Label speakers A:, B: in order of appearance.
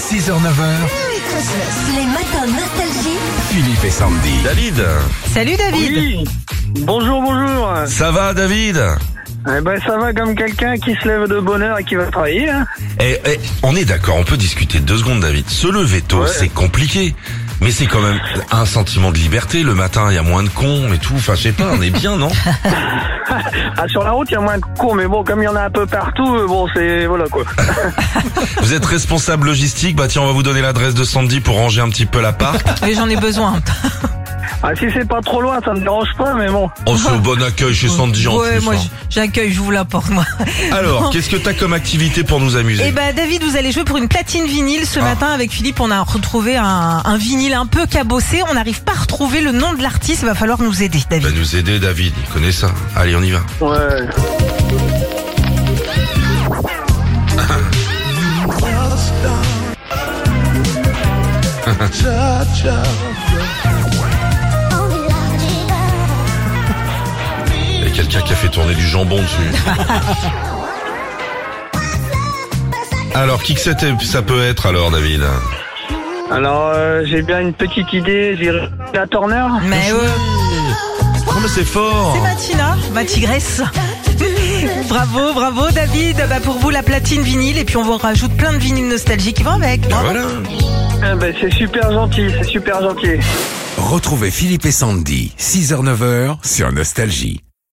A: 6h-9h,
B: Les matins nostalgie.
A: Philippe et Sandy.
C: David
D: Salut David
E: Oui. Bonjour, bonjour.
C: Ça va David
E: Eh ben, ça va comme quelqu'un qui se lève de bonne heure et qui va travailler. hein.
C: eh, eh, On est d'accord, on peut discuter deux secondes David. Se lever tôt,
E: Ouais.
C: c'est compliqué. Mais c'est quand même un sentiment de liberté. Le matin, il y a moins de cons et tout. Enfin, je sais pas, on est bien, non
E: Ah, sur la route, il y a moins de cours, mais bon, comme il y en a un peu partout, euh, bon, c'est voilà quoi.
C: Vous êtes responsable logistique. Bah tiens, on va vous donner l'adresse de Sandy pour ranger un petit peu la part.
D: Et j'en ai besoin.
E: Ah, si c'est pas trop loin, ça me dérange pas, mais bon.
C: On se Oh, bon accueil chez Sandy en
D: ouais,
C: plus.
D: moi
C: hein.
D: je- j'accueille, je vous l'apporte moi.
C: Alors, qu'est-ce que t'as comme activité pour nous amuser
D: Et bah David, vous allez jouer pour une platine vinyle ce
C: Ah.
D: matin avec Philippe. On a retrouvé un, un vinyle un peu cabossé. On n'arrive pas à retrouver le nom de l'artiste. Il va falloir nous aider,
C: Va
D: David.
C: nous aider David, il connaît ça. Allez, on y va.
E: Ouais.
C: Il y a quelqu'un qui a fait tourner du jambon dessus. Alors, qui que c'était, ça peut être alors, David
E: Alors, euh, j'ai bien une petite idée. J'irai la Turner.
C: Bah,
D: Mais ouais,
C: Oh, mais c'est fort
D: c'est Matina, ma tigresse. bravo, bravo David. Bah pour vous la platine vinyle et puis on vous rajoute plein de vinyles nostalgiques qui vont avec.
C: Ben
D: Bravo.
C: voilà
E: Eh ben, c'est super gentil, c'est super gentil.
A: Retrouvez Philippe et Sandy, 6h-9h sur Nostalgie.